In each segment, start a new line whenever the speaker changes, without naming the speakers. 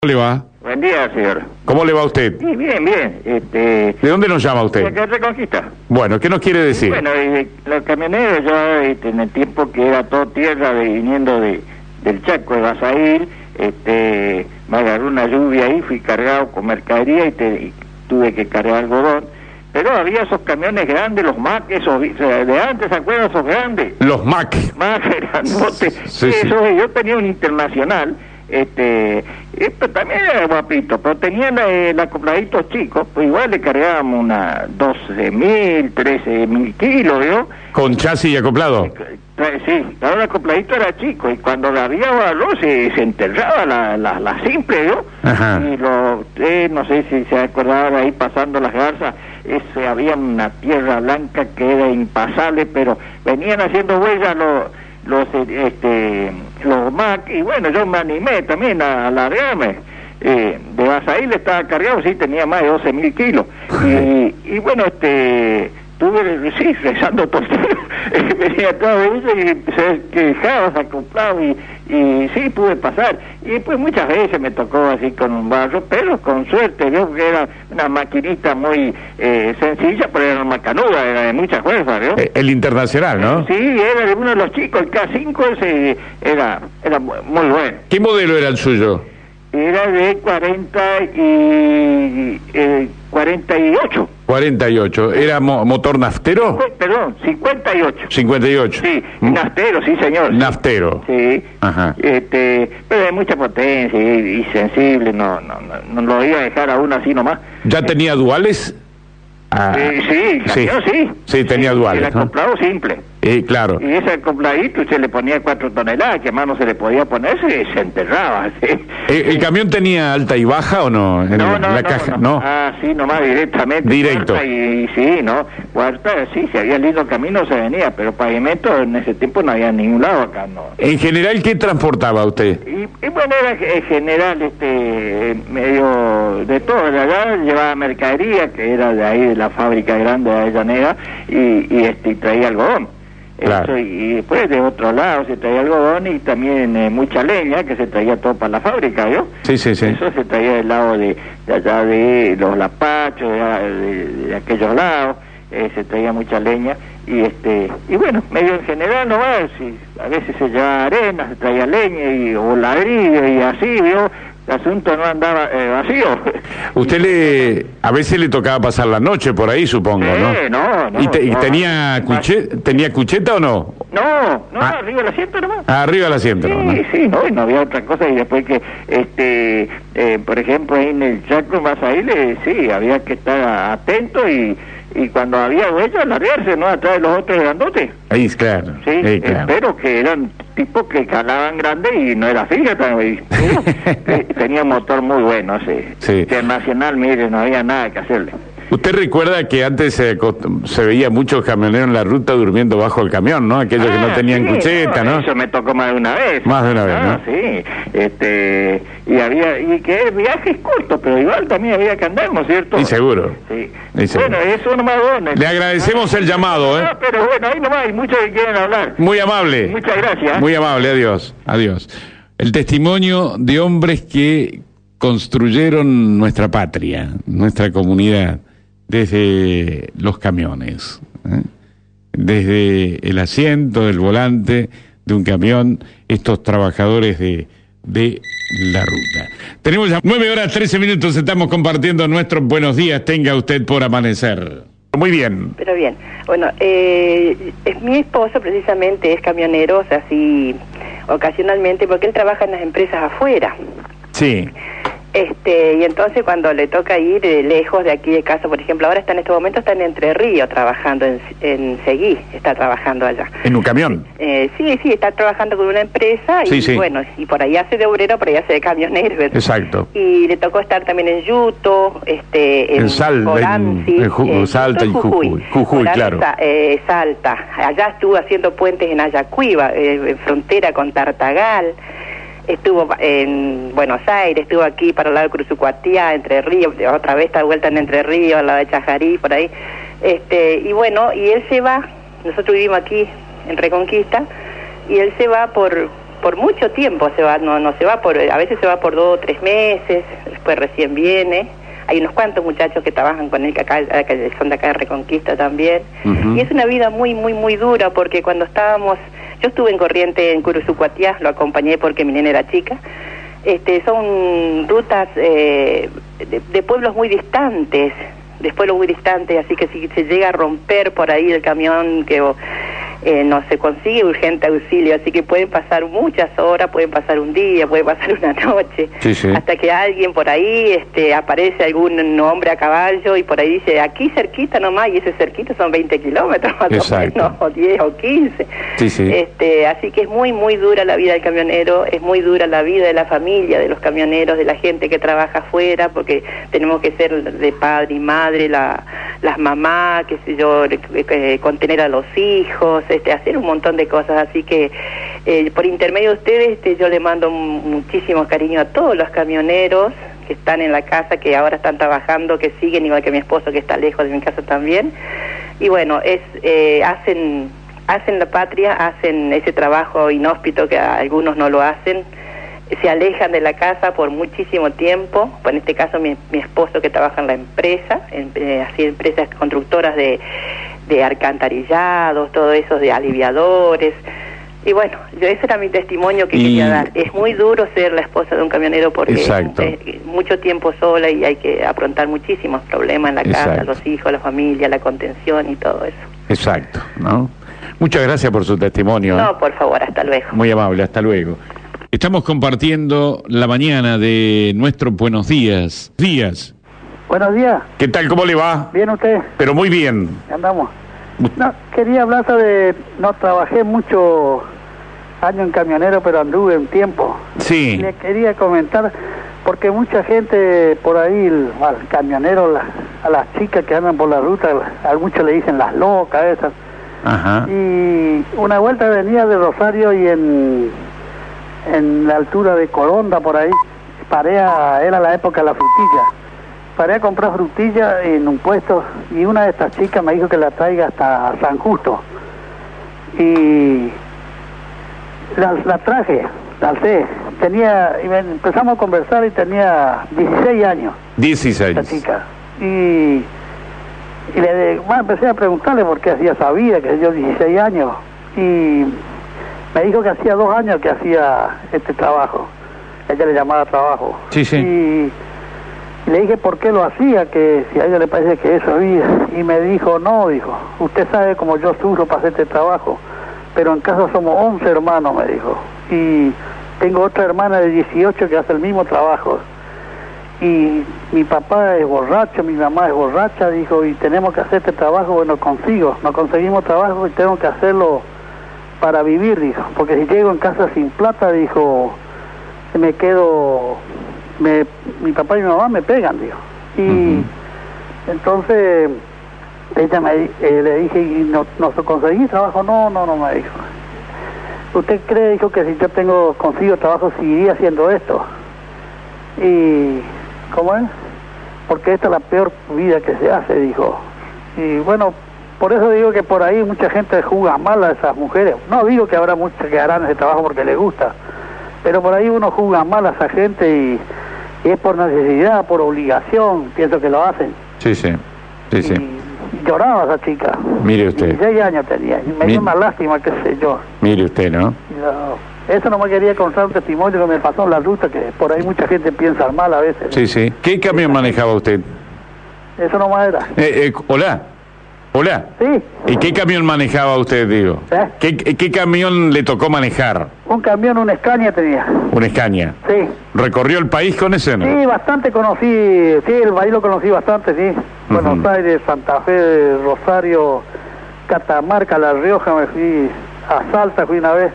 ¿Cómo le va?
Buen día, Ah, señor.
¿Cómo le va a usted?
Sí, bien, bien. Este,
¿De dónde nos llama
de
usted?
acá Reconquista.
Bueno, ¿qué nos quiere decir?
Bueno, eh, los camioneros ya este, en el tiempo que era todo tierra de- viniendo de, del Chaco, de Basail, este, me agarró una lluvia ahí, fui cargado con mercadería y, te- y tuve que cargar algodón. Pero había esos camiones grandes, los MAC, esos vi- de antes, ¿se acuerdan? Esos grandes.
Los MAC.
más
Sí,
grandote.
sí.
Eso, yo tenía un internacional, este, esto también era guapito, pero tenía la, eh, la acopladitos chicos, pues igual le cargábamos una 12 mil, 13 mil kilos, ¿vio?
¿Con chasis y acoplado?
Tra- Eh, Sí, claro, el acopladito era chico y cuando la había valor se, se enterraba la, la, la simple, ¿vio?
Ajá.
Y lo, eh, no sé si se acordaba de ahí pasando las garzas, ese, había una tierra blanca que era impasable, pero venían haciendo huellas los los eh, este los Mac y bueno yo me animé también a alargarme eh, de Basail estaba cargado sí tenía más de 12 mil kilos y, y bueno este tuve sí rezando todo el día. venía todo eso y se quejaba se acoplaba y, y sí pude pasar y pues muchas veces me tocó así con un barro pero con suerte yo que era una maquinita muy eh, sencilla pero era macanuda era de mucha fuerza ¿vio?
Eh, El internacional, ¿no?
Sí, era de uno de los chicos, el K5 ese era, era mu- muy bueno.
¿Qué modelo era el suyo?
Era de 40 y eh, 48,
48. ¿Era mo- motor naftero?
Uy, perdón, 58.
58.
Sí,
Mm,
Nastero, sí señor.
Naftero.
Sí.
Ajá.
Este, pero de mucha potencia y, y sensible, no, no, no, no lo iba a dejar a uno así nomás.
¿Ya tenía duales? Ah,
Eh, sí,
sí.
yo sí.
Sí, tenía
El
duales. ¿no?
acoplado simple.
Eh, claro.
Y ese acopladito se le ponía cuatro toneladas, que más no se le podía poner, se, se enterraba. sí.
Eh, ¿El camión tenía alta y baja o no? En
No,
la-
no,
la
no,
caja,
no.
¿no?
Ah, sí, nomás directamente.
Directo.
Cuarta y sí, ¿no? Cuarta, sí, si había lindo camino se venía, pero pavimento en ese tiempo no había en ningún lado acá, ¿no?
En general, ¿qué transportaba usted?
Y, y bueno, era en general, este, medio de todo, de allá llevaba mercadería, que era de ahí, de la fábrica grande de Avellaneda, y, y, este, y traía algodón.
Claro.
Eso, y, y después de otro lado se traía algodón y también eh, mucha leña, que se traía todo para la fábrica, ¿vio?
Sí, sí, sí.
Eso se traía del lado de, de allá de los lapachos, de, de- de aquellos lados, eh, se traía mucha leña y este y bueno, medio en general nomás, y a veces se llevaba arena, se traía leña y, o ladrillo y así, vio, el asunto no andaba eh, vacío.
Usted le a veces le tocaba pasar la noche por ahí, supongo, ¿no?
Sí, no, no,
¿Y, te- y
no.
tenía cuche- tenía cucheta o no?
No, no,
Ah.
arriba del asiento nomás.
Arriba del asiento,
Sí,
¿no?
sí, no, y no había otra cosa. Y después que, este, eh, por ejemplo, ahí en el Chaco, más ahí, le- sí, había que estar a- atento y, y cuando había huellas, largarse, ¿no? Atrás de los otros grandotes.
Ahí, claro.
Sí,
ahí,
eh,
claro.
pero que eran tipos que calaban grande y no era fija también. Eh, Tenía un motor muy bueno, sí.
Sí.
Internacional, mire, no había nada que hacerle.
Usted recuerda que antes se, acost- se veía muchos camioneros en la ruta durmiendo bajo el camión, ¿no? Aquellos que no
Ah,
tenían
sí,
cucheta, ¿no?
Eso me tocó más de una vez.
Más de una vez,
Ah,
¿no?
Sí, este, y había, y que el viaje es corto, pero igual también había que andar, ¿no es cierto?
Y seguro.
Sí.
Y seguro.
Bueno, eso nomás bueno.
Le agradecemos el llamado, ¿eh?
Ah, pero bueno, ahí nomás hay muchos que quieren hablar.
Muy amable.
Muchas gracias.
Muy amable, adiós, adiós. El testimonio de hombres que construyeron nuestra patria, nuestra comunidad, desde los camiones, ¿eh? desde el asiento, el volante de un camión, estos trabajadores de, de la ruta. Tenemos ya 9 horas 13 minutos, estamos compartiendo nuestros buenos días, tenga usted por amanecer. Muy bien.
Pero bien, bueno, eh, es- mi esposo precisamente es camionero, o sea, así ocasionalmente, porque él trabaja en las empresas afuera.
Sí.
Este, y entonces cuando le toca ir eh, lejos de aquí de casa, por ejemplo, ahora está en este momento está en Entre Ríos trabajando en, en Seguí, está trabajando allá.
En un camión.
Eh, sí, sí, está trabajando con una empresa y
Sí, sí.
bueno, y por ahí hace de obrero, por ahí hace de camionero. ¿verdad?
Exacto.
Y le tocó estar también en Yuto, este,
En Salta,
Coranzi,
en- en Ju-
Yuto,
Salta y Jujuy. Jujuy,
Coranzi,
claro.
Sa- eh, Salta. Allá estuvo haciendo puentes en Ayacuiba, eh, en frontera con Tartagal. Estuvo en Buenos Aires, estuvo aquí para el lado de Cruzucuatía, Entre Ríos, otra vez está de vuelta en Entre Ríos, al lado de Chajarí, por ahí. Este, y bueno, y él se va, nosotros vivimos aquí en Reconquista, y él se va por por mucho tiempo se va, no, no se va por, a veces se va por dos o tres meses, después recién viene. Hay unos cuantos muchachos que trabajan con él, que, acá, eh, que son de acá de Reconquista también.
Ujú.
Y es una vida muy, muy, muy dura, porque cuando estábamos, yo estuve en corriente en Curuzucuatía, lo acompañé porque mi nena era chica. Este, son rutas eh, de, de pueblos muy distantes, de pueblos muy distantes, así que si se llega a romper por ahí el camión que o, eh, no se consigue urgente auxilio, así que pueden pasar muchas horas, pueden pasar un día, puede pasar una noche,
Sí, sí.
hasta que alguien por ahí este, aparece algún hombre a caballo y por ahí dice, aquí cerquita nomás, y ese cerquita son 20 kilómetros, más o
Exacto.
menos, o 10 o 15.
Sí, sí.
Este, así que es muy, muy dura la vida del camionero, es muy dura la vida de la familia, de los camioneros, de la gente que trabaja afuera, porque tenemos que ser de padre y madre, la, las mamás, qué sé yo, eh, contener a los hijos, este, hacer un montón de cosas. Así que eh, por intermedio de ustedes este, yo le mando muchísimo cariño a todos los camioneros que están en la casa, que ahora están trabajando, que siguen, igual que mi esposo que está lejos de mi casa también. Y bueno, es eh, hacen hacen la patria, hacen ese trabajo inhóspito que a algunos no lo hacen, se alejan de la casa por muchísimo tiempo, en este caso mi, mi esposo que trabaja en la empresa, en, eh, así empresas constructoras de, de alcantarillados, todo eso de aliviadores. Y bueno, yo ese era mi testimonio que
Y-
quería dar. Es muy duro ser la esposa de un camionero porque es,
Exacto.
eh, mucho tiempo sola y hay que afrontar muchísimos problemas en la casa,
Exacto.
los hijos, la familia, la contención y todo eso.
Exacto, ¿no? Muchas gracias por su testimonio. ¿eh?
No, por favor, hasta luego.
Muy amable, hasta luego. Estamos compartiendo la mañana de nuestro Buenos Días. Días.
Buenos días,
¿Qué tal? ¿Cómo le va?
bien usted,
Pero muy bien.
andamos. No, quería hablar sobre, no trabajé mucho año en camionero, pero anduve un tiempo.
Sí,
Le quería comentar, porque mucha gente por ahí, el- al camionero, la- a las chicas que andan por la ruta, a muchos le dicen las locas esas.
Ah.
ajá.
Y una vuelta venía de Rosario y en, en la altura de Coronda, por ahí, paré a, era la época de la frutilla. Paré a comprar frutilla en un puesto y una de estas chicas me dijo que la traiga hasta San Justo. Y la, la traje, la alcé. Tenía, y ven- empezamos a conversar y tenía 16 años esta
16.
chica. Y, y le bueno, empecé a preguntarle por qué hacía esa vida, que yo 16 años. Y me dijo que hacía dos años que hacía este trabajo. Ella le llamaba trabajo.
Sí, sí.
Y, y le dije por qué lo hacía, que si a ella le parece que eso es vida. Y me dijo, no, dijo, usted sabe cómo yo sufro para hacer este trabajo. Pero en casa somos 11 hermanos, me dijo. Y tengo otra hermana de 18 que hace el mismo trabajo y mi papá es borracho, mi mamá es borracha, dijo, y tenemos que hacer este trabajo, bueno, consigo, no conseguimos trabajo y tengo que hacerlo para vivir, dijo, porque si llego en casa sin plata, dijo, me quedo, me- mi papá y mi mamá me pegan, dijo. Y entonces ella me, di- eh, le dije, ¿y no, no conseguí trabajo? No, no, no, me dijo. ¿Usted cree, dijo, que si yo tengo consigo trabajo, seguiría haciendo esto? y ¿cómo es? Porque esta es la peor vida que se hace, dijo. Y bueno, por eso digo que por ahí mucha gente juega mal a esas mujeres. No digo que habrá muchas que harán ese trabajo porque les gusta, pero por ahí uno juega mal a esa gente y, y es por necesidad, por obligación, pienso que lo hacen.
Sí, sí. Sí, sí.
Y lloraba esa chica.
Mire usted,
16 años tenía. Y me
Mi-
dio una lástima, qué sé yo.
mire usted, ¿no?
Yo- Eso no me quería contar un testimonio que me pasó en la ruta, que por ahí mucha gente piensa mal a veces.
Sí, sí. ¿Qué camión manejaba usted?
Eso no más era.
Eh, eh, hola. Hola.
Sí,
¿Y qué camión manejaba usted, digo?
¿Eh?
¿Qué, qué camión le tocó manejar?
un camión, una escaña tenía.
Una escaña.
Sí.
¿Recorrió el país con ese, no?
Sí, bastante conocí, sí, el país lo conocí bastante, sí. Buenos Aires, Santa Fe, Rosario, Catamarca, La Rioja, me fui a Salta, fui una vez,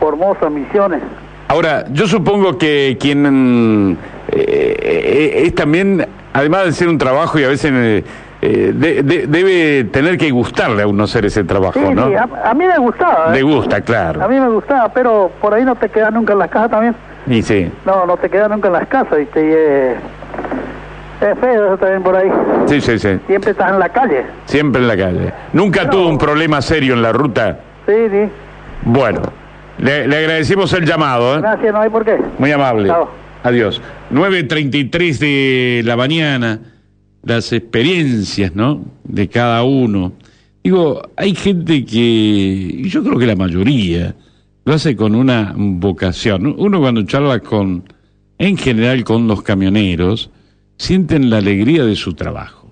Formosa, Misiones.
Ahora, yo supongo que quien eh, eh, es también, además de ser un trabajo y a veces eh, eh, de- de- debe tener que gustarle a uno hacer ese trabajo,
Sí,
¿no?
sí, ah, a, a mí me gustaba. ¿eh?
Le gusta, claro.
A mí me gustaba, pero por ahí no te quedas nunca en las casas también.
Y sí,
No, no te quedas nunca en las casas, ¿viste? Y, eh, es feo eso también por ahí.
sí, sí, sí.
Siempre estás en la calle.
Siempre en la calle. Nunca tuvo un problema serio en la ruta.
Sí, sí.
Bueno, Le, le agradecemos el llamado. ¿eh?
Gracias, no hay por qué.
Muy amable.
Chao.
Adiós. 9.33 de la mañana, las experiencias, ¿no? De cada uno. Digo, hay gente que, y yo creo que la mayoría, lo hace con una vocación. Uno cuando charla con, en general con los camioneros, sienten la alegría de su trabajo.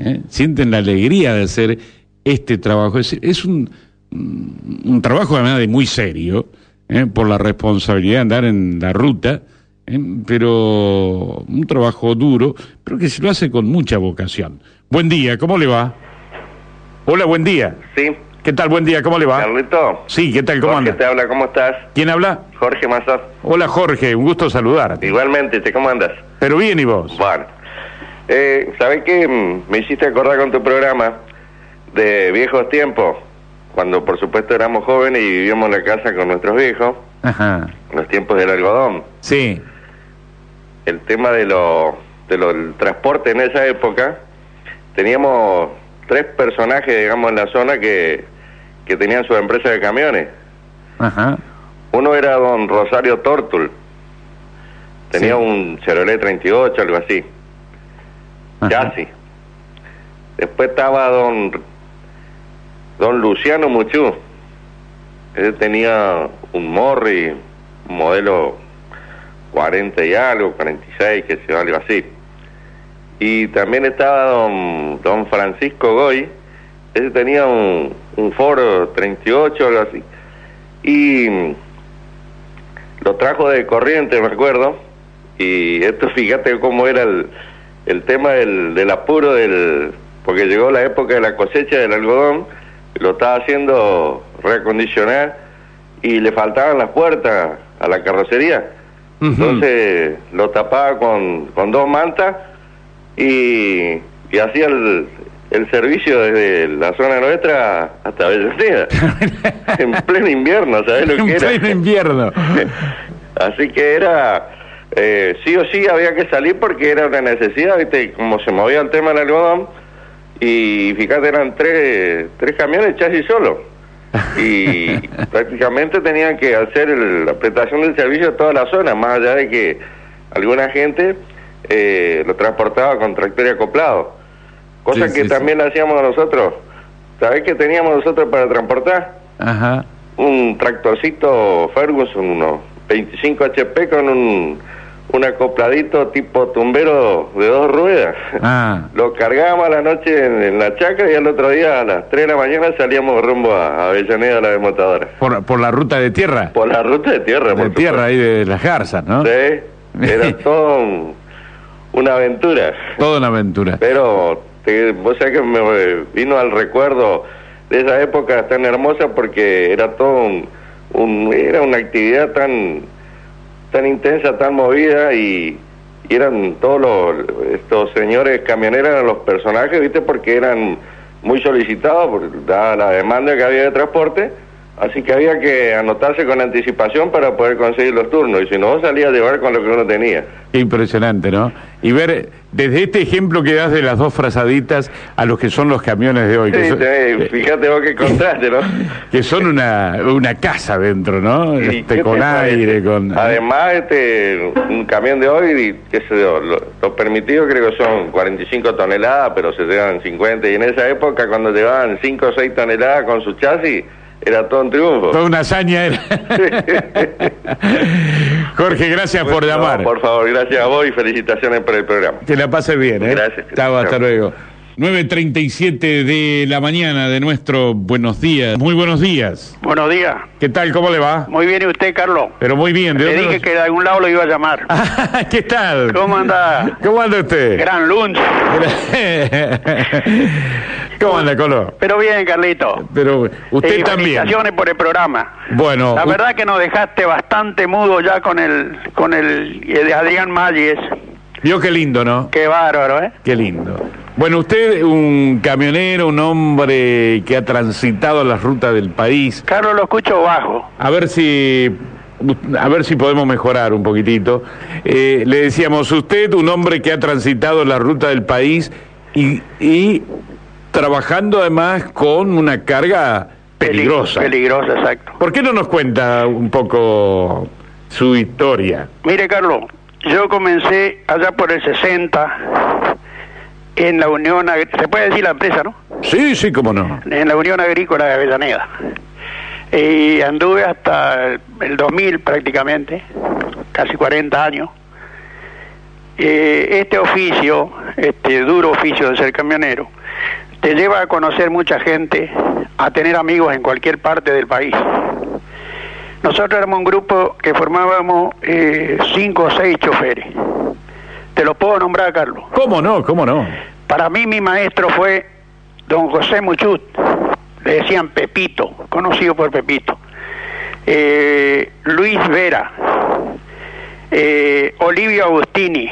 ¿eh? Sienten la alegría de hacer este trabajo. Es, es un, un trabajo además de muy serio, ¿eh? por la responsabilidad de andar en la ruta, ¿eh? pero un trabajo duro, pero que se lo hace con mucha vocación. Buen día, ¿cómo le va? Hola, buen día.
Sí,
¿Qué tal? Buen día, ¿cómo le va?
Carlito.
Sí, ¿qué tal? ¿Cómo
Jorge te
anda?
habla, ¿cómo estás?
¿Quién habla?
Jorge Mazas.
Hola Jorge, un gusto saludarte.
Igualmente, ¿te cómo andas?
Pero bien, ¿y vos?
Bueno. Eh, ¿Sabés qué? Mm, Me hiciste acordar con tu programa de viejos tiempos, cuando por supuesto éramos jóvenes y vivíamos en la casa con nuestros viejos,
Ajá.
en los tiempos del algodón.
Sí,
El tema de lo, de lo del transporte en esa época, teníamos tres personajes, digamos, en la zona que, que tenían su empresa de camiones.
ajá.
Uno era don Rosario Tortul. Tenía
Sí.
un Chevrolet 38, algo así.
ajá.
Chassis. Después estaba don don Luciano Muchú. Él tenía un Morri, un modelo 40 y algo, 46, que se algo así. Y también estaba don, don Francisco Goy. Ese tenía un, un Ford 38, algo así. Y mm, lo trajo de corriente, me acuerdo. Y esto, fíjate cómo era el, el tema del, del apuro, del porque llegó la época de la cosecha del algodón, lo estaba haciendo reacondicionar y le faltaban las puertas a la carrocería.
Ujú.
Entonces lo tapaba con, con dos mantas y, y hacía el, el servicio desde la zona nuestra hasta Avellaneda. en pleno invierno, ¿sabes lo que
En
era?
pleno invierno.
Así que era, eh, sí o sí había que salir porque era una necesidad, ¿viste? Como se movía el tema del algodón, y fíjate, eran tres, tres camiones chasis solo. Y prácticamente tenían que hacer el- la prestación del servicio a toda la zona, más allá de que alguna gente eh, lo transportaba con tractor y acoplado. Cosa
Sí,
que
sí, sí.
también hacíamos nosotros. ¿Sabés qué teníamos nosotros para transportar?
Ajá.
un tractorcito Ferguson, unos 25 HP con un, un acopladito tipo tumbero de dos ruedas.
Ah,
Lo cargábamos a la noche en, en la chacra y al otro día a las 3 de la mañana salíamos rumbo a a Avellaneda, a la desmotadora.
por, por la ruta de tierra.
Por la ruta de tierra,
de
por
tierra ahí de las garzas, ¿no?
supuesto. Sí, era todo un- una aventura.
Toda una aventura.
Pero, te, vos sabés que me vino al recuerdo de esa época tan hermosa porque era todo un, un- era una actividad tan tan intensa, tan movida y, y eran todos los estos señores camioneros eran los personajes, viste, porque eran muy solicitados por dada la demanda que había de transporte, así que había que anotarse con anticipación para poder conseguir los turnos y si no vos salías a llevar con lo que uno tenía.
Qué impresionante, ¿no? Y ver desde este ejemplo que das de las dos frazaditas a los que son los camiones de hoy, que
Sí,
son,
tenés- fíjate vos que contraste, ¿no?
que son una, una casa dentro, ¿no?
¿Y
Este,
qué eh.
con
te
aire,
parece?
con...
Además, este, un camión de hoy, qué sé yo, lo, lo permitido creo que son 45 toneladas, pero se llevan 50. Y en esa época, cuando llevaban 5 o 6 toneladas con su chasis, era todo un triunfo.
Toda una hazaña eh, era. Jorge, gracias por
No,
llamar.
por favor, gracias a vos y felicitaciones por el programa.
Que la pase bien, ¿eh?
Gracias.
Chao, hasta
Chao.
luego. 9.37 de la mañana de nuestro Buenos Días. Muy buenos días.
Buenos días.
¿Qué tal? ¿Cómo le va?
Muy bien, ¿y usted, Carlos?
Pero muy bien. ¿De
Le
dónde
dije
nos- Ah,
que de algún lado lo iba a llamar.
¿Qué tal?
¿Cómo anda?
¿Cómo anda usted?
Gran lunch.
¿Cómo anda, Colo?
Pero bien, Carlito.
Pero usted también.
Y Eh, Felicitaciones por el programa.
Bueno,
La
u-
verdad que nos dejaste bastante mudo ya con el con el eh, de Adrián Mayes.
vio qué lindo, ¿no?
Qué bárbaro, ¿eh?
Qué lindo. Bueno, usted, un camionero, un hombre que ha transitado las rutas del país,
Carlos lo escucho bajo.
A ver si a ver si podemos mejorar un poquitito. Eh, le decíamos, usted, un hombre que ha transitado la ruta del país y, y trabajando además con una carga peligrosa.
Peligrosa, exacto.
¿Por qué no nos cuenta un poco su historia?
Mire, Carlos, yo comencé allá por el 60 en la Unión, Agri- se puede decir la empresa, ¿no?
Sí, sí, cómo no.
En la Unión Agrícola de Avellaneda. Y anduve hasta el- el 2000 prácticamente, casi 40 años. Eh, este oficio, este duro oficio de ser camionero, te lleva a conocer mucha gente, a tener amigos en cualquier parte del país. Nosotros éramos un grupo que formábamos eh, cinco o seis choferes. Te lo puedo nombrar, Carlos.
¿Cómo no? ¿Cómo no?
Para mí mi maestro fue don José Muchut, le decían Pepito, conocido por Pepito, Eh, Luis Vera, eh, Olivio Agustini,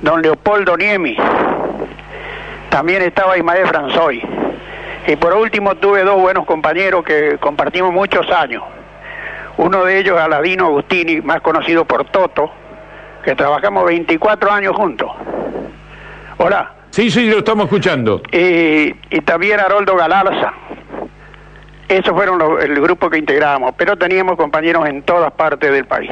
don Leopoldo Niemi, también estaba Ismael Franzoy. Y por último tuve dos buenos compañeros que compartimos muchos años. Uno de ellos, Aladino Agustini, más conocido por Toto, que trabajamos 24 años juntos. Hola.
Sí, sí, lo estamos escuchando.
Y, y también Haroldo Galarza. Esos fueron los- el grupo que integrábamos, pero teníamos compañeros en todas partes del país.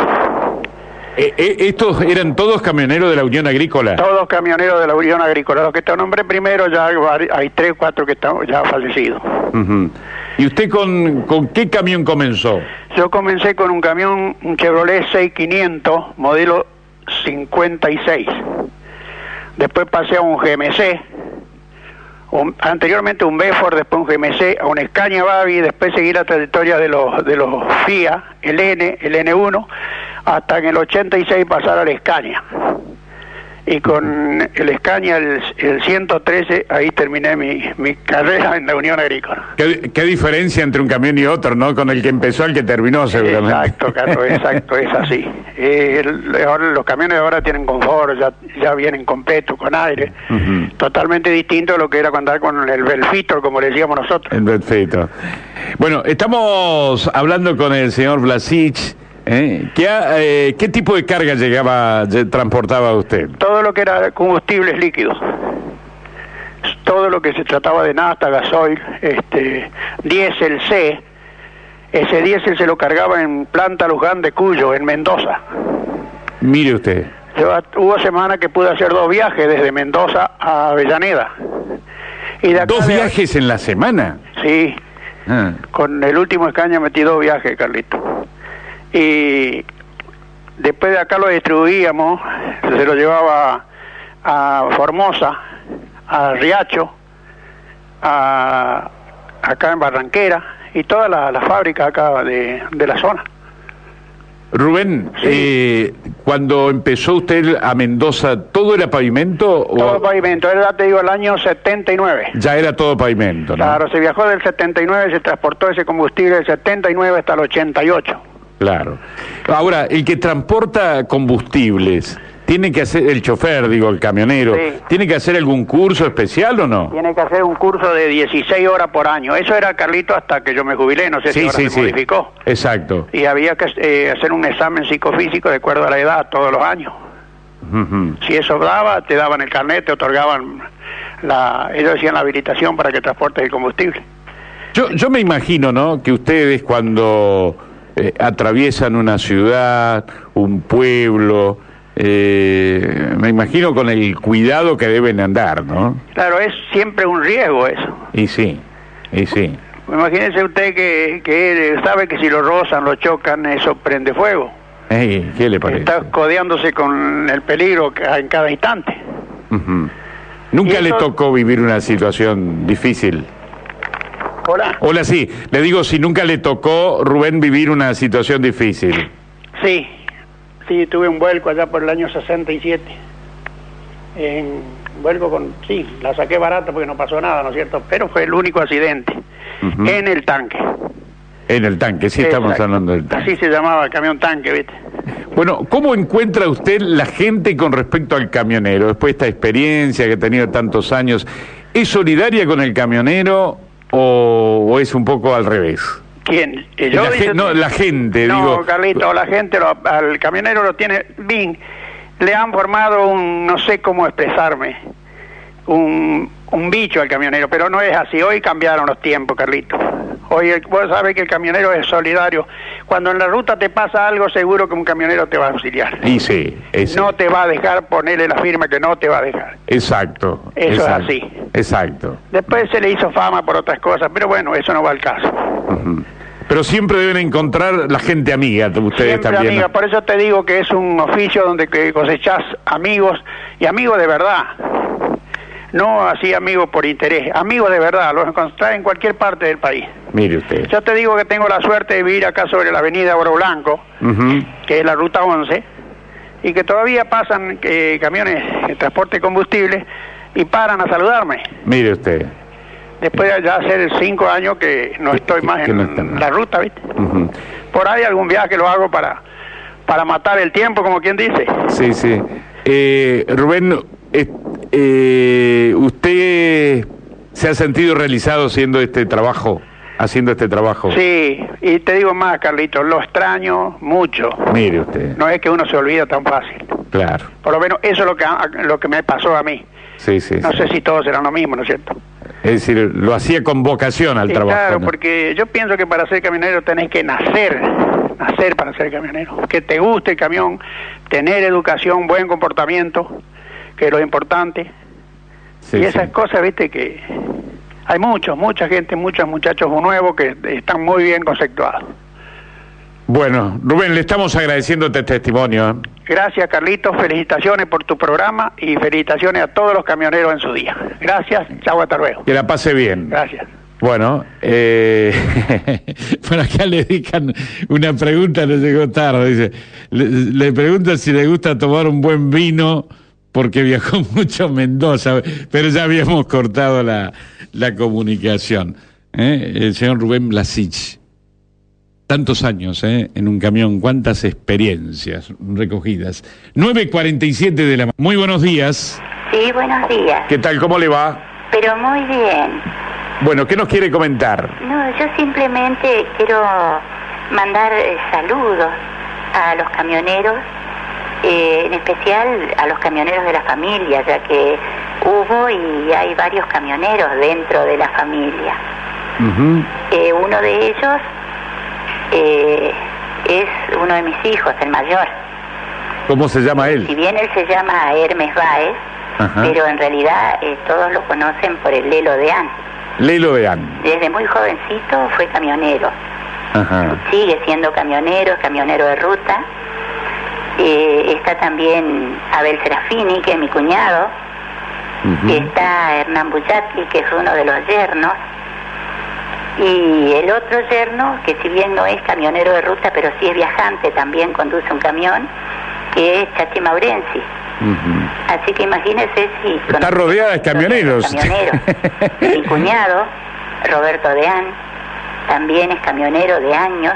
Eh, eh, estos eran todos camioneros de la Unión Agrícola.
Todos camioneros de la Unión Agrícola. Los que te nombré primero, ya hay vari- hay tres, cuatro que están ya fallecidos.
Ujú. ¿Y usted con, con qué camión comenzó?
Yo comencé con un camión, un Chevrolet 6500, modelo 56. Después pasé a un GMC, un- anteriormente un Bedford, después un GMC, a un Scania Babi, después seguí la trayectoria de los, de los FIA, el N, el N1, hasta en el 86 pasar al Scania. Y con el Scania, el, el 113, ahí terminé mi, mi carrera en la Unión Agrícola.
¿Qué, qué diferencia entre un camión y otro, no? Con el que empezó al que terminó, seguramente.
Exacto, Carlos, exacto, es así. Eh, el- ahora los camiones ahora tienen confort, ya, ya vienen completos, con aire.
Ujú.
Totalmente distinto a lo que era contar con el Belfitor, como le decíamos nosotros.
El Perfecto. Bueno, estamos hablando con el señor Blasich. ¿eh? ¿Qué, ha- eh, qué tipo de carga llegaba, lle- transportaba usted?
Todo lo que era combustibles líquidos. Todo lo que se trataba de nafta, gasoil, este, diésel C. Ese diésel se lo cargaba en planta Luján de Cuyo, en Mendoza.
Mire usted.
Yo at- hubo semanas que pude hacer dos viajes desde Mendoza a Avellaneda. Y de acá
¿Dos
de-
viajes en la semana?
Sí,
Ah,
con el último escaño metí dos viajes, Carlito. Y después de acá lo distribuíamos, se lo llevaba a Formosa, a Riacho, a, acá en Barranquera y todas las las fábricas acá de, de la zona.
Rubén,
Sí.
eh, cuando empezó usted a Mendoza, ¿todo era pavimento o
Todo pavimento, era, te digo, el año 79.
ya era todo pavimento? no?
Claro, se viajó del 79, se transportó ese combustible del 79 hasta el 88.
Claro. Ahora, el que transporta combustibles, tiene que hacer, el chofer, digo, el camionero,
Sí.
¿tiene que hacer algún curso especial o no?
Tiene que hacer un curso de 16 horas por año. Eso era, Carlito, hasta que yo me jubilé, no sé si ahora se modificó.
Exacto.
Y había que eh, hacer un examen psicofísico de acuerdo a la edad todos los años.
Ujú.
Si eso daba, te daban el carnet, te otorgaban la... Ellos decían la habilitación para que transportes el combustible.
Yo, yo me imagino, ¿no? Que ustedes cuando eh, atraviesan una ciudad, un pueblo, eh, me imagino con el cuidado que deben andar, ¿no?
Claro, es siempre un riesgo eso.
Y sí, y sí.
Imagínese usted que, que él sabe que si lo rozan, lo chocan, eso prende fuego.
Ey, ¿Qué le parece?
Está codeándose con el peligro ca- en cada instante.
Ujú. Nunca
Y
le
eso-
tocó vivir una situación difícil.
Hola.
Hola, sí. Le digo, si nunca le tocó, Rubén, vivir una situación difícil.
Sí, sí, tuve un vuelco allá por el año 67. En, vuelco con, sí, la saqué barata porque no pasó nada, ¿no es cierto? Pero fue el único accidente
Ujú.
en el tanque.
En el tanque, sí estamos
Exacto.
hablando del tanque.
Así se llamaba el camión tanque, ¿viste?
Bueno, ¿cómo encuentra usted la gente con respecto al camionero? Después de esta experiencia que ha tenido tantos años, ¿es solidaria con el camionero o, o es un poco al revés?
¿Quién? Eh,
La gen-
dice-
no, la gente,
No,
digo.
Carlito, la gente, lo- al camionero lo tiene bien. Le han formado un, no sé cómo expresarme, un, un bicho al camionero, pero no es así. Hoy cambiaron los tiempos, Carlito. Hoy el- vos sabés que el camionero es solidario. Cuando en la ruta te pasa algo, seguro que un camionero te va a auxiliar.
Y sí, es-
No te va a dejar ponerle la firma que no te va a dejar.
exacto.
Eso es
exacto,
así.
Exacto.
Después se le hizo fama por otras cosas, pero bueno, eso no va al caso.
Ujú. Pero siempre deben encontrar la gente amiga, t- ustedes
Siempre
también. ¿no?
amiga, por eso te digo que es un oficio donde que cosechás amigos y amigos de verdad. No así amigos por interés, amigos de verdad, los encontrás en cualquier parte del país.
Mire usted.
Yo te digo que tengo la suerte de vivir acá sobre la avenida Oro Blanco,
Ujú.
que es la ruta 11, y que todavía pasan eh, camiones de transporte de combustible y paran a saludarme.
Mire usted.
Después de ya hacer cinco años que no
Que-
estoy
que-
más
que
en
no está más.
la ruta, ¿viste?
Ujú.
Por ahí algún viaje lo hago para, para matar el tiempo, como quien dice.
Sí, sí. Eh, Rubén, es- eh, ¿usted se ha sentido realizado haciendo este trabajo? Haciendo este trabajo.
Sí, y te digo más, Carlitos, lo extraño mucho.
Mire usted.
No es que uno se olvida tan fácil.
Claro.
Por lo menos eso es lo que, a- lo que me pasó a mí.
Sí, sí.
No
sí.
sé si todos serán lo mismo, ¿no es cierto?
Es decir, lo hacía con vocación al
Sí,
trabajo.
claro,
¿no?
porque yo pienso que para ser camionero tenés que nacer, nacer para ser camionero. Que te guste el camión, tener educación, buen comportamiento, que es lo importante.
Sí,
y
sí.
esas cosas, viste, que hay muchos, mucha gente, muchos muchachos nuevos que están muy bien conceptuados.
Bueno, Rubén, le estamos agradeciendo este testimonio. ¿eh?
Gracias, Carlitos. Felicitaciones por tu programa y felicitaciones a todos los camioneros en su día. Gracias. Chau, hasta luego.
Que la pase bien.
Gracias.
Bueno, eh, por acá le dedican una pregunta, le llegó tarde. Dice, le, le preguntan si le gusta tomar un buen vino porque viajó mucho a Mendoza, pero ya habíamos cortado la, la comunicación. ¿eh? El señor Rubén Blasich. Tantos años ¿eh? en un camión, cuántas experiencias recogidas. 9.47 de la mañana. Muy buenos días.
Sí, buenos días.
¿Qué tal? ¿Cómo le va?
Pero muy bien.
Bueno, ¿qué nos quiere comentar?
No, yo simplemente quiero mandar eh, saludos a los camioneros, eh, en especial a los camioneros de la familia, ya que hubo y hay varios camioneros dentro de la familia.
Ujú.
Eh, uno de ellos eh, es uno de mis hijos, el mayor.
¿Cómo se llama él?
Si bien él se llama Hermes Baez,
Mm. Ajá.
pero en realidad eh, todos lo conocen por el Lelo de Anne.
Lelo de An.
Desde muy jovencito fue camionero,
Ajá.
sigue siendo camionero, es camionero de ruta. Eh, está también Abel Serafini, que es mi cuñado.
Ujú.
Está Hernán Bullati, que es uno de los yernos. Y el otro yerno, que si bien no es camionero de ruta, pero sí es viajante, también conduce un camión, que es Chachi Maurensi.
Ujú.
Así que imagínese si...
Está rodeada de camioneros.
Camioneros. Mi cuñado, Roberto Deán, también es camionero de años.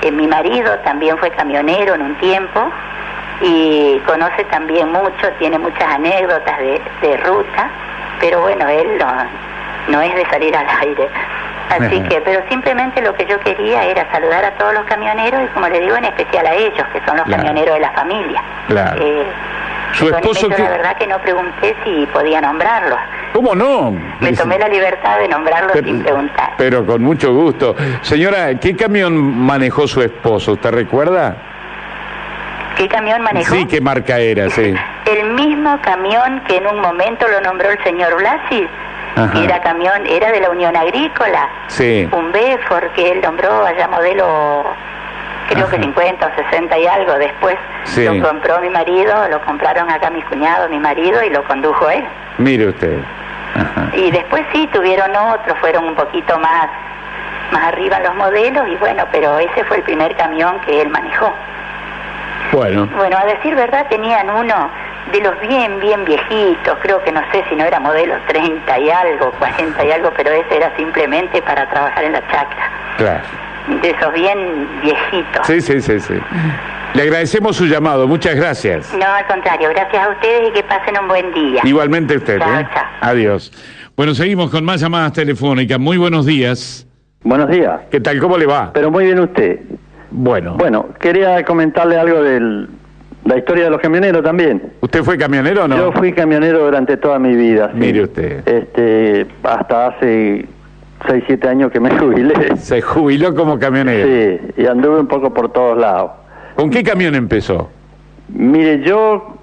Eh, mi marido también fue camionero en un tiempo y conoce también mucho, tiene muchas anécdotas de, de ruta, pero bueno, él no, no es de salir al aire. Así
Ajá.
que, pero simplemente lo que yo quería era saludar a todos los camioneros y como le digo, en especial a ellos, que son los
Claro.
camioneros de la familia.
Claro.
Eh,
Su
perdóneme,
esposo
yo
que-
la verdad que no pregunté si podía nombrarlos.
¿Cómo no?
Me tomé la libertad de nombrarlos sin
pero,
preguntar.
pero con mucho gusto. Señora, ¿qué camión manejó su esposo? ¿Usted recuerda?
¿Qué camión manejó?
Sí, ¿qué marca era? Sí.
El mismo camión que en un momento lo nombró el señor Blasi,
Ajá.
que era camión, era de la Unión Agrícola,
Sí.
un Befor que él nombró allá modelo creo
Ajá.
que 50 o 60 y algo después
Sí.
lo compró mi marido, lo compraron acá mis cuñados, mi marido y lo condujo él.
Mire usted. Ajá.
Y después sí tuvieron otros, fueron un poquito más más arriba en los modelos y bueno, pero ese fue el primer camión que él manejó.
Bueno,
Bueno, a decir verdad, tenían uno de los bien, bien viejitos, creo que no sé si no era modelo 30 y algo, 40 y algo, pero ese era simplemente para trabajar en la chacra,
claro.
de esos bien viejitos.
Sí, sí, sí, sí. Le agradecemos su llamado. Muchas gracias.
No, al contrario, gracias a ustedes y que pasen un buen día.
Igualmente usted. ¿eh?
Chao, chao.
Adiós. Bueno, seguimos con más llamadas telefónicas. Muy buenos días.
Buenos días.
¿Qué tal? ¿Cómo le va?
Pero muy bien usted.
Bueno.
Bueno, quería comentarle algo de la historia de los camioneros también.
¿Usted fue camionero o no?
Yo fui camionero durante toda mi vida. sí.
Mire usted.
Este, hasta hace
6, 7 años que me jubilé.
Se jubiló como camionero.
Sí, y anduve un poco por todos lados.
¿Con qué camión empezó?
Mire, yo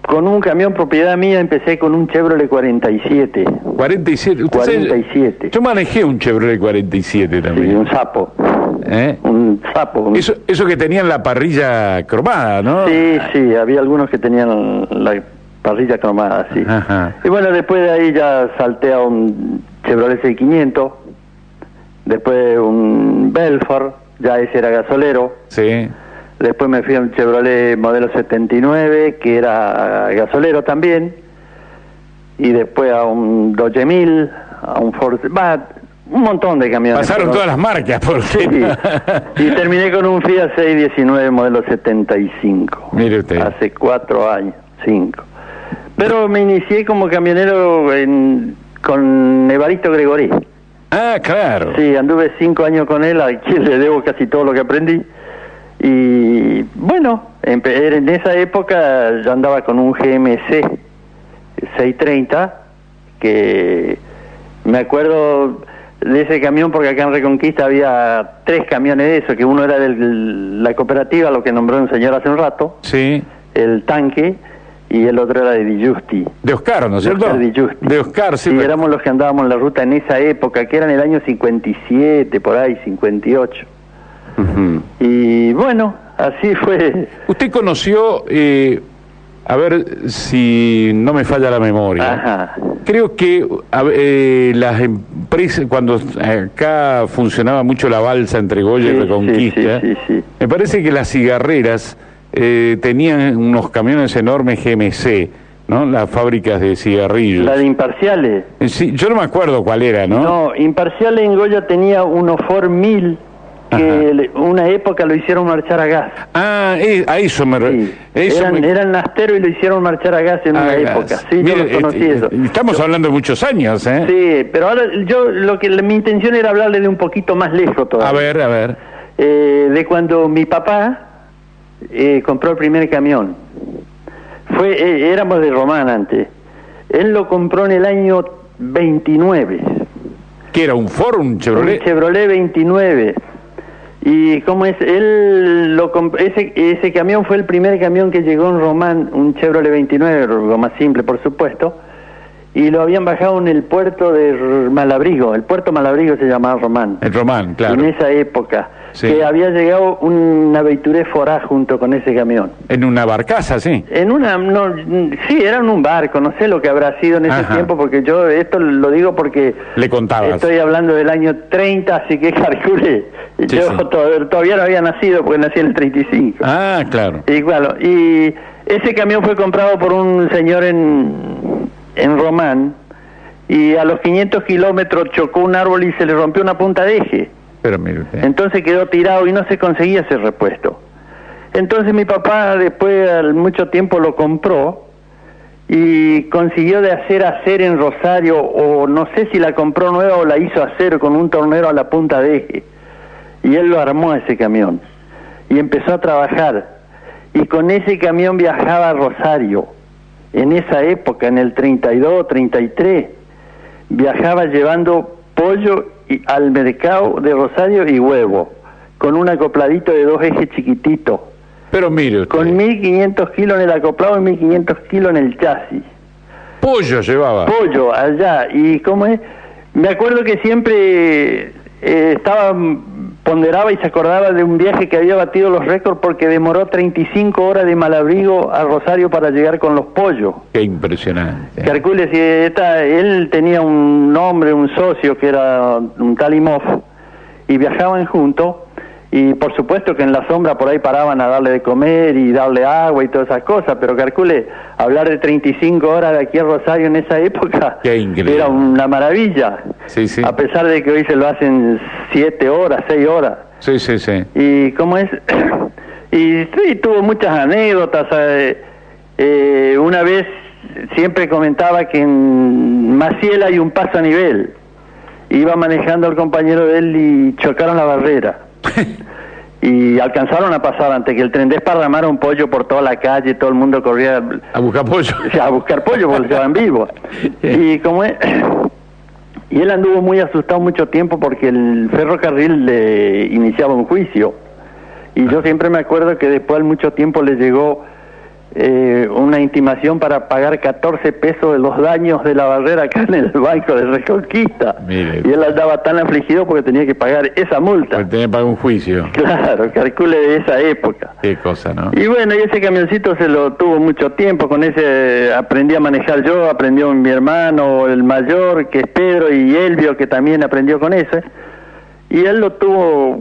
con un camión propiedad mía empecé con un Chevrolet 47.
47. Usted sabe-
47.
yo manejé un Chevrolet 47
Sí,
también.
un sapo.
¿Eh?
Un sapo. un-
Eso, eso que tenían la parrilla cromada, ¿no?
Sí, sí, había algunos que tenían la parrilla cromada, sí.
Ajá.
Y bueno, después de ahí ya salté a un Chevrolet 600, después un Belfort, ya ese era gasolero,
Sí.
después me fui a un Chevrolet modelo 79, que era gasolero también, y después a un Dodge 1000, a un Ford, va, un montón de camiones.
Pasaron
pero-
todas las marcas, por
Sí, y terminé con un Fiat 619 modelo 75.
Mire usted.
Hace cuatro años, cinco. Pero me inicié como camionero en- con Evaristo Gregorí.
Ah, claro.
Sí, anduve cinco años con él, a quien le debo casi todo lo que aprendí. Y bueno, empe- en esa época yo andaba con un GMC 630, que me acuerdo de ese camión porque acá en Reconquista había tres camiones de esos, que uno era de la cooperativa, lo que nombró un señor hace un rato,
Sí.
el tanque, y el otro era de Dijusti.
De Oscar, ¿no es cierto?
Oscar Di Giusti.
De Oscar, sí.
Y
pero-
éramos los que andábamos en la ruta en esa época, que era en el año 57, por ahí, 58.
Ujú.
Y bueno, así fue.
Usted conoció, eh, a ver si no me falla la memoria.
Ajá.
Creo que a ver, eh, las empresas, cuando acá funcionaba mucho la balsa entre Goya y
Sí,
Reconquista,
sí, sí, sí, sí.
me parece que las cigarreras eh, tenían unos camiones enormes GMC, ¿no? Las fábricas de cigarrillos.
La de Imparciales.
Eh, sí, yo no me acuerdo cuál era, ¿no?
No, Imparciales en Goya tenía unos Ford 1000
Ajá.
que le- una época lo hicieron marchar a gas.
Ah, eh, a eso me... re-
Sí.
eso
Eran,
me-
eran nasteros y lo hicieron marchar a gas en
Ah,
una época.
gracias.
Sí, yo
Mire,
los conocí
este,
eso.
Estamos hablando de muchos años, ¿eh?
Sí, pero ahora yo lo que mi intención era hablarle de un poquito más lejos todavía.
A ver, a ver.
eh, de cuando mi papá eh, compró el primer camión. Fue, eh, éramos de Román antes. Él lo compró en el año 29,
¿Qué era? ¿Un Ford? ¿Un Chevrolet?
un Chevrolet 29. Y cómo es, él lo comp- ese, ese camión fue el primer camión que llegó en Román, un Chevrolet 29, algo más simple, por supuesto. Y lo habían bajado en el puerto de R- Malabrigo, el puerto Malabrigo se llamaba Román.
El Román, claro.
en esa época,
Sí.
que había llegado una Veituré Forá junto con ese camión.
En una barcaza, sí.
En una, no, sí, era en un barco, no sé lo que habrá sido en ese
Ajá.
tiempo, porque yo esto lo digo porque
Le contabas.
estoy hablando del año 30, así que calculé.
Sí,
yo
sí.
to- todavía no había nacido, porque nací en el 35.
Ah, claro.
Y bueno, y ese camión fue comprado por un señor en, en Román, y a los 500 kilómetros chocó un árbol y se le rompió una punta de eje.
Pero mire usted.
Entonces quedó tirado y no se conseguía ese repuesto. Entonces mi papá después al mucho tiempo lo compró y consiguió de hacer hacer en Rosario o no sé si la compró nueva o la hizo hacer con un tornero a la punta de eje. Y él lo armó ese camión y empezó a trabajar. Y con ese camión viajaba a Rosario. En esa época, en el 32, 33, viajaba llevando pollo y- al mercado de Rosario y huevo, con un acopladito de dos ejes chiquitito,
Pero mire usted.
con 1.500 kilos en el acoplado y 1.500 kilos en el chasis.
Pollo llevaba.
Pollo allá, y cómo es, me acuerdo que siempre eh, estaba, mm, ponderaba y se acordaba de un viaje que había batido los récords porque demoró 35 horas de Malabrigo a Rosario para llegar con los pollos.
Qué impresionante.
Calcule si esta- él tenía un nombre, un socio que era un tal Imov, y viajaban juntos, y por supuesto que en la sombra por ahí paraban a darle de comer y darle agua y todas esas cosas, pero calcule, hablar de 35 horas de aquí a Rosario en esa época
Qué increíble.
era una maravilla,
Sí, sí.
a pesar de que hoy se lo hacen 7 horas, 6 horas
Sí, sí, sí.
y cómo es y sí tuvo muchas anécdotas eh, eh, una vez siempre comentaba que en Maciel hay un paso a nivel iba manejando el compañero de él y chocaron la barrera y alcanzaron a pasar antes que el tren desparramara un pollo por toda la calle todo el mundo corría
A buscar pollo.
o sea, a buscar pollo porque estaban vivos. Y como es, Y él anduvo muy asustado mucho tiempo porque el ferrocarril le iniciaba un juicio. Y yo siempre me acuerdo que después, al mucho tiempo, le llegó eh, una intimación para pagar 14 pesos de los daños de la barrera acá en el Banco de Reconquista.
Mire.
Y él andaba tan afligido porque tenía que pagar esa multa.
Porque tenía que pagar un juicio.
Claro, calcule de esa época.
Qué cosa, ¿no?
Y bueno, y ese camioncito se lo tuvo mucho tiempo, con ese eh, aprendí a manejar yo, aprendió mi hermano, el mayor, que es Pedro, y Elvio, que también aprendió con ese. Y él lo tuvo,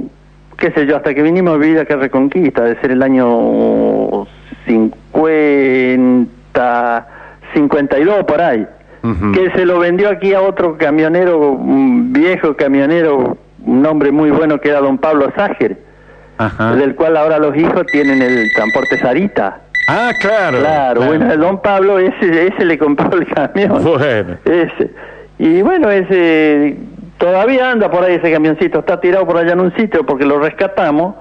qué sé yo, hasta que vinimos a vivir acá a Reconquista, de ser el año 50, 52 por ahí,
Ujú.
que se lo vendió aquí a otro camionero, un viejo camionero, un hombre muy bueno que era don Pablo Ságer
Ajá.
del cual ahora los hijos tienen el transporte Sarita.
Ah, claro.
Claro, bueno, el don Pablo ese, ese le compró el camión.
Bueno.
Ese. Y bueno, ese todavía anda por ahí ese camioncito, está tirado por allá en un sitio porque lo rescatamos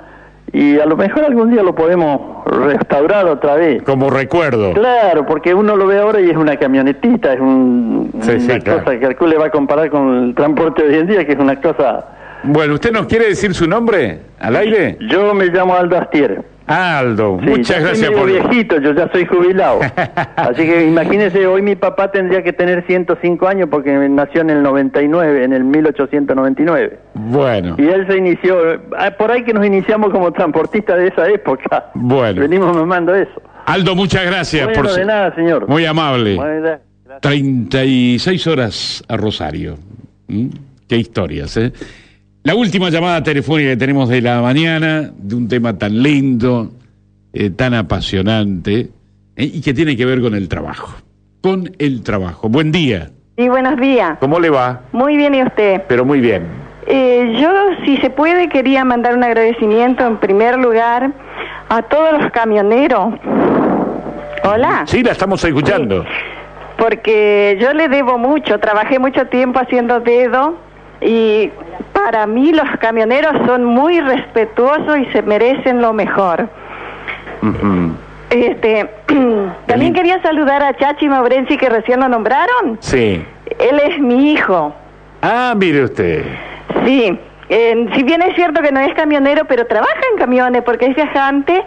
y a lo mejor algún día lo podemos restaurar otra vez.
Como recuerdo.
Claro, porque uno lo ve ahora y es una camionetita, es un,
Sí,
una
sí, claro.
cosa que Hercule va a comparar con el transporte de hoy en día, que es una cosa...
Bueno, ¿usted nos quiere decir su nombre al aire? Ah,
Yo me llamo Aldo Astier.
Aldo,
Sí,
muchas
yo
gracias
soy
por...
medio viejito, yo ya soy jubilado. Así que imagínese, hoy mi papá tendría que tener 105 años porque nació en el 99, en el 1899.
Bueno,
Y él se inició, eh, ah, por ahí que nos iniciamos como transportistas de esa época.
Bueno.
Venimos mamando eso.
Aldo, muchas gracias
Bueno,
por... su-
de nada, señor.
Muy amable.
Bueno,
36 horas a Rosario. ¿Mm? Qué historias, ¿eh? La última llamada telefónica que tenemos de la mañana, de un tema tan lindo, eh, tan apasionante, ¿eh? y que tiene que ver con el trabajo. Con el trabajo. Buen día.
Sí, buenos días.
¿Cómo le va?
Muy bien, ¿y usted?
Pero muy bien.
Eh, yo, si se puede, quería mandar un agradecimiento en primer lugar a todos los camioneros. Hola.
Sí, la estamos escuchando.
Porque yo le debo mucho, trabajé mucho tiempo haciendo dedo y para mí los camioneros son muy respetuosos y se merecen lo mejor.
Ujú.
Este, también quería saludar a Chachi Maurenzi que recién lo nombraron.
Sí.
Él es mi hijo.
Ah, mire usted.
Sí, eh, si bien es cierto que no es camionero, pero trabaja en camiones porque es viajante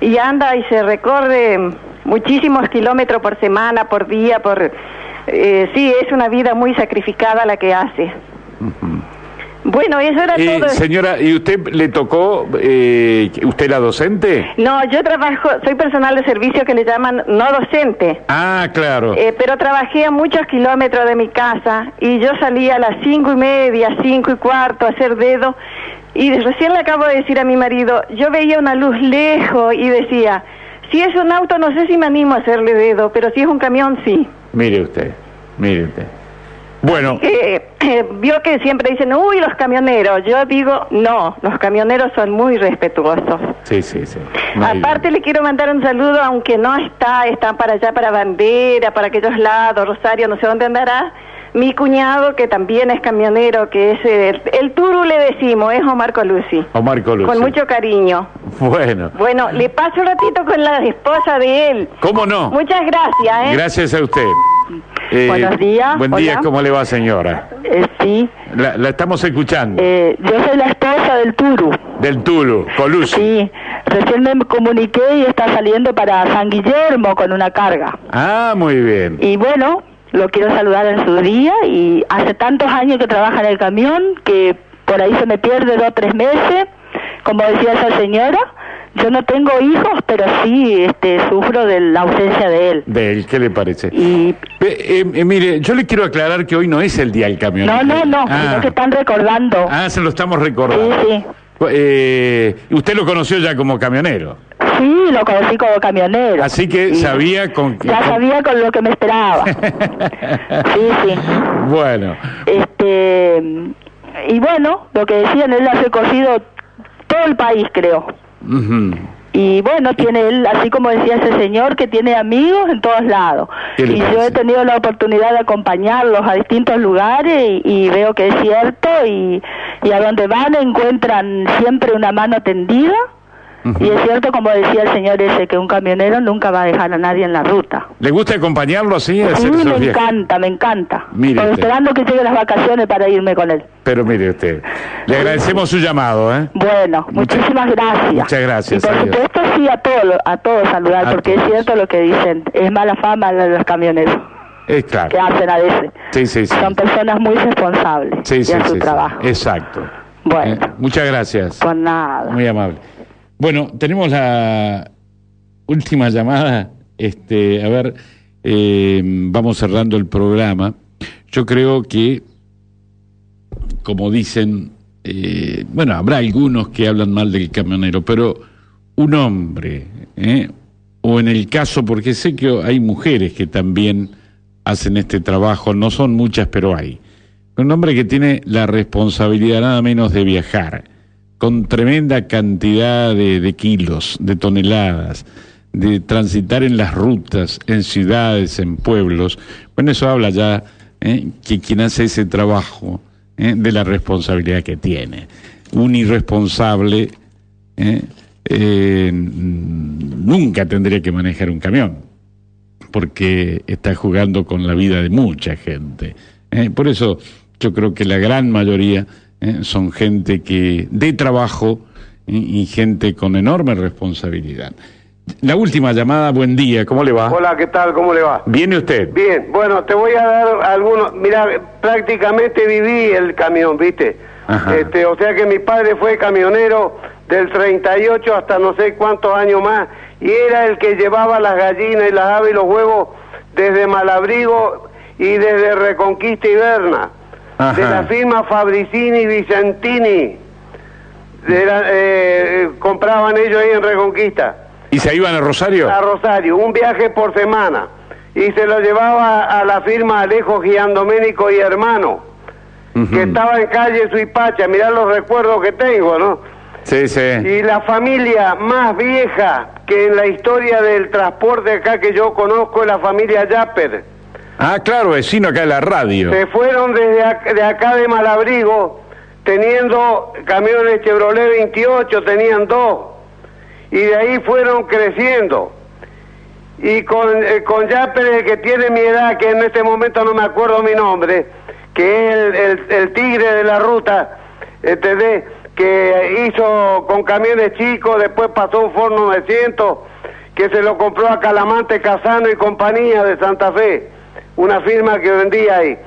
y anda y se recorre muchísimos kilómetros por semana, por día, por... eh, sí, es una vida muy sacrificada la que hace. Bueno, eso era
Eh,
todo.
señora, ¿y usted le tocó, eh, usted era docente?
No, yo trabajo, soy personal de servicio que le llaman no docente.
Ah, claro.
Eh, pero trabajé a muchos kilómetros de mi casa y yo salía a las cinco y media, cinco y cuarto a hacer dedo y recién le acabo de decir a mi marido, yo veía una luz lejos y decía, si es un auto no sé si me animo a hacerle dedo, pero si es un camión sí.
Mire usted, mire usted. Bueno,
Eh, eh, vio que siempre dicen, uy, los camioneros. Yo digo, no, los camioneros son muy respetuosos.
sí, sí, sí. Muy
Aparte le quiero mandar un saludo, aunque no está, está para allá, para Bandera, para aquellos lados, Rosario, no sé dónde andará. Mi cuñado, que también es camionero, que es el, el Turu, le decimos, es Omar Colucci.
bien. Omar Colucci.
Con mucho cariño.
Bueno,
Bueno, le paso un ratito con la esposa de él.
¿cómo no?
Muchas gracias, ¿eh?
Gracias a usted. Eh,
Buenos días,
Buen día,
hola.
¿cómo le va, señora?
Eh, sí, Eh,
La, la estamos escuchando.
yo soy la esposa del Turu.
Del Tulu, Colucci.
Sí, recién me comuniqué y está saliendo para San Guillermo con una carga.
Ah, muy bien.
Y bueno, lo quiero saludar en su día y hace tantos años que trabaja en el camión que por ahí se me pierde dos o tres meses, como decía esa señora, yo no tengo hijos, pero sí este, sufro de la ausencia de él.
¿De él qué le parece?
Y
Ve, eh, eh, mire, yo le quiero aclarar que hoy no es el día del camión.
no, no, no,
Ah,
creo que están recordando.
ah, se lo estamos
sí,
recordando.
sí.
Eh, usted lo conoció ya como camionero,
Sí, lo conocí como camionero.
así que
Y
sabía con qué.
Ya sabía con lo que me esperaba. sí, sí.
Bueno,
Este y bueno, lo que decían él ha recorrido todo el país, creo.
ujú.
Y bueno, tiene él, así como decía ese señor, que tiene amigos en todos lados.
¿Qué le
Y yo
parece?
he tenido la oportunidad de acompañarlos a distintos lugares y, y veo que es cierto y, y a donde van encuentran siempre una mano tendida
Y es cierto, como decía el señor ese, que un camionero nunca va a dejar a nadie en la ruta.
¿Le gusta acompañarlo así? a
Sí,
hacer esos
me
viajes?
encanta, me encanta.
Mire
Estoy
usted.
esperando que lleguen las vacaciones para irme con él.
Pero mire usted, le agradecemos su llamado, ¿eh?
Bueno, muchísimas gracias.
Muchas gracias.
y por
adiós.
supuesto sí a todos, a todos saludar,
A
porque es cierto lo que dicen, es mala fama de los camioneros
Es
que
claro.
hacen a veces.
Sí, sí, sí.
Son personas muy responsables
Sí,
de
sí,
su
sí, sí.
trabajo.
Exacto.
Bueno,
Eh, muchas gracias.
pues nada.
Muy amable. Bueno, tenemos la última llamada. Este, a ver, eh, vamos cerrando el programa. Yo creo que, como dicen, eh, bueno, habrá algunos que hablan mal del camionero, pero un hombre, ¿eh? o en el caso, porque sé que hay mujeres que también hacen este trabajo, no son muchas, pero hay. Un hombre que tiene la responsabilidad nada menos de viajar, con tremenda cantidad de, de kilos, de toneladas, de transitar en las rutas, en ciudades, en pueblos. Bueno, eso habla ya ¿eh? que quien hace ese trabajo, ¿eh? de la responsabilidad que tiene. Un irresponsable ¿eh? Eh, nunca tendría que manejar un camión, porque está jugando con la vida de mucha gente. ¿eh? Por eso yo creo que la gran mayoría ¿eh? son gente que de trabajo ¿eh? y gente con enorme responsabilidad. La última llamada, buen día, ¿cómo le va?
Hola, ¿qué tal? ¿Cómo le va?
¿Viene usted?
Bien, bueno, te voy a dar algunos. Mira, prácticamente viví el camión, ¿viste?
Ajá.
Este, o sea que mi padre fue camionero del 38 hasta no sé cuántos años más y era el que llevaba las gallinas y las aves y los huevos desde Malabrigo y desde Reconquista y Berna,
Ajá.
de la firma Fabricini y Vicentini. De la- eh, compraban ellos ahí en Reconquista
¿Y se iban a Rosario?
a Rosario, un viaje por semana. Y se lo llevaba a la firma Alejo Giandoménico y Hermano, que estaba en calle Suipacha. Mirá los recuerdos que tengo, ¿no?
Sí, sí.
Y la familia más vieja que en la historia del transporte acá que yo conozco es la familia Yapper.
Ah, claro, vecino acá de la radio.
Se fueron desde ac- de acá de Malabrigo teniendo camiones Chevrolet 28, tenían dos. Y de ahí fueron creciendo. Y con, eh, con Yapper, el que tiene mi edad, que en este momento no me acuerdo mi nombre, que es el, el- el tigre de la ruta, ¿entendés? Que hizo con camiones chicos, después pasó un Ford 900, que se lo compró a Calamante Casano y compañía de Santa Fe, una firma que vendía ahí.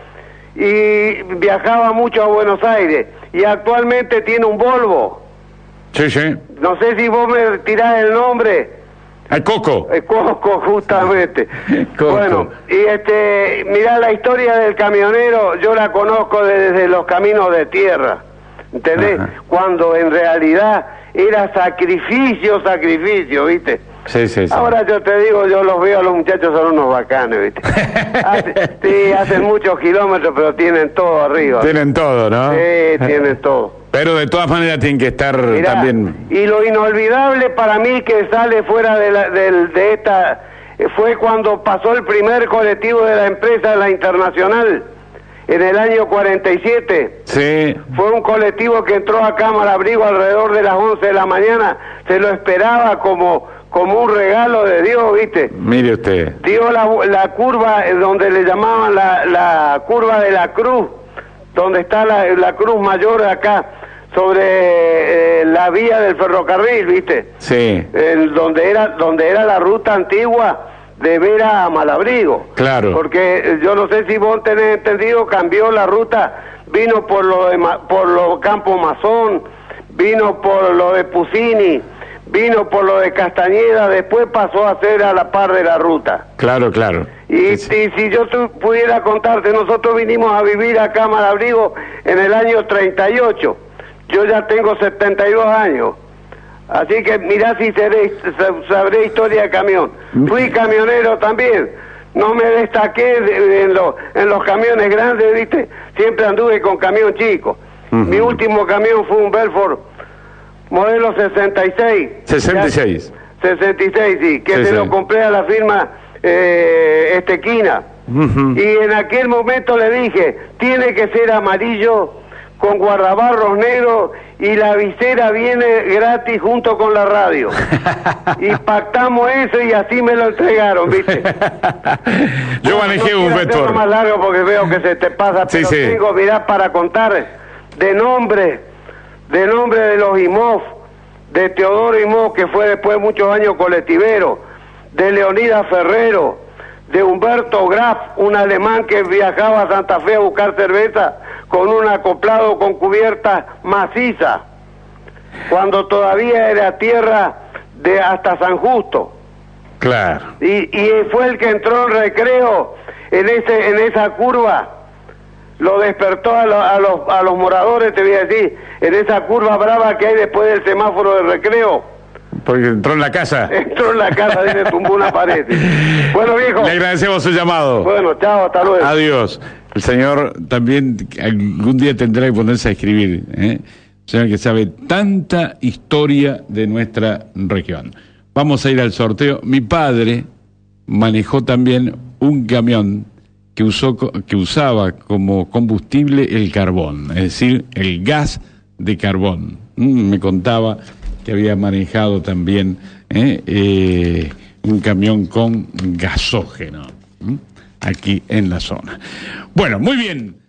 Y viajaba mucho a Buenos Aires. Y actualmente tiene un Volvo.
Sí, sí.
No sé si vos me tirás el nombre.
A Coco.
Eh, Coco, justamente.
Coco.
Bueno, y este, mirá, la historia del camionero yo la conozco desde los caminos de tierra, ¿entendés?
Ajá.
Cuando en realidad era sacrificio, sacrificio, ¿viste?
Sí, sí, sí.
Ahora yo te digo, yo los veo a los muchachos, son unos bacanes, ¿viste? Hace- sí, hacen muchos kilómetros, pero tienen todo arriba.
Tienen todo, ¿no?
Sí, tienen todo.
Pero de todas maneras tienen que estar
Mirá,
también.
Y lo inolvidable para mí que sale fuera de, la- del- de esta eh, fue cuando pasó el primer colectivo de la empresa, la internacional, en el año 47.
Sí.
Fue un colectivo que entró a Cámara Abrigo alrededor de las 11 de la mañana. Se lo esperaba como, como un regalo de Dios, ¿viste?
Mire usted.
dio la, la curva eh, donde le llamaban la, la curva de la cruz, donde está la, la cruz mayor acá, sobre eh, la vía del ferrocarril, ¿viste?
Sí.
El- donde, era, donde era la ruta antigua de Vera a Malabrigo.
Claro.
Porque eh, yo no sé si vos tenés entendido, cambió la ruta, vino por lo de, Ma- por los Campos Mazón, vino por lo de Pusini, vino por lo de Castañeda, después pasó a ser a la par de la ruta.
Claro, claro.
Y,
Sí,
y si yo tu- pudiera contarte, nosotros vinimos a vivir a Cámara Abrigo en el año 38. Yo ya tengo 72 años. Así que mirá si seré- sa- sabré historia de camión. Fui camionero también. No me destaqué de- de- en, los- en los camiones grandes, ¿viste? Siempre anduve con camión chico. Mi último camión fue un Belfort modelo 66.
66.
66, sí, que
Sí,
se
sí.
lo compré a la firma eh, Estequina.
Ujú.
Y en aquel momento le dije, tiene que ser amarillo con guardabarros negros y la visera viene gratis junto con la radio. y pactamos eso y así me lo entregaron, ¿viste?
Yo manejé un
Tengo
vector.
más largo porque veo que se te pasa,
Sí,
pero
sí.
tengo, mirá, para contar de nombre, de nombre de los Imov, de Teodoro Imov, que fue después de muchos años colectivero, de Leonidas Ferrero, de Humberto Graf, un alemán que viajaba a Santa Fe a buscar cerveza con un acoplado con cubierta maciza, cuando todavía era tierra de hasta San Justo
Claro.
y, y fue el que entró en recreo en ese en esa curva lo despertó a, lo- a los, a los moradores te voy a decir en esa curva brava que hay después del semáforo de recreo
Porque entró en la casa.
entró en la casa y le tumbó una pared bueno viejo
Le agradecemos su llamado.
bueno chao hasta luego
Adiós. El señor también algún día tendrá que ponerse a escribir. ¿eh? Un señor que sabe tanta historia de nuestra región. Vamos a ir al sorteo. Mi padre manejó también un camión que, usó, co- que usaba como combustible el carbón, es decir, el gas de carbón. Mm, me contaba que había manejado también ¿eh? Eh, un camión ¿Mm? con gasógeno aquí en la zona. Bueno, muy bien.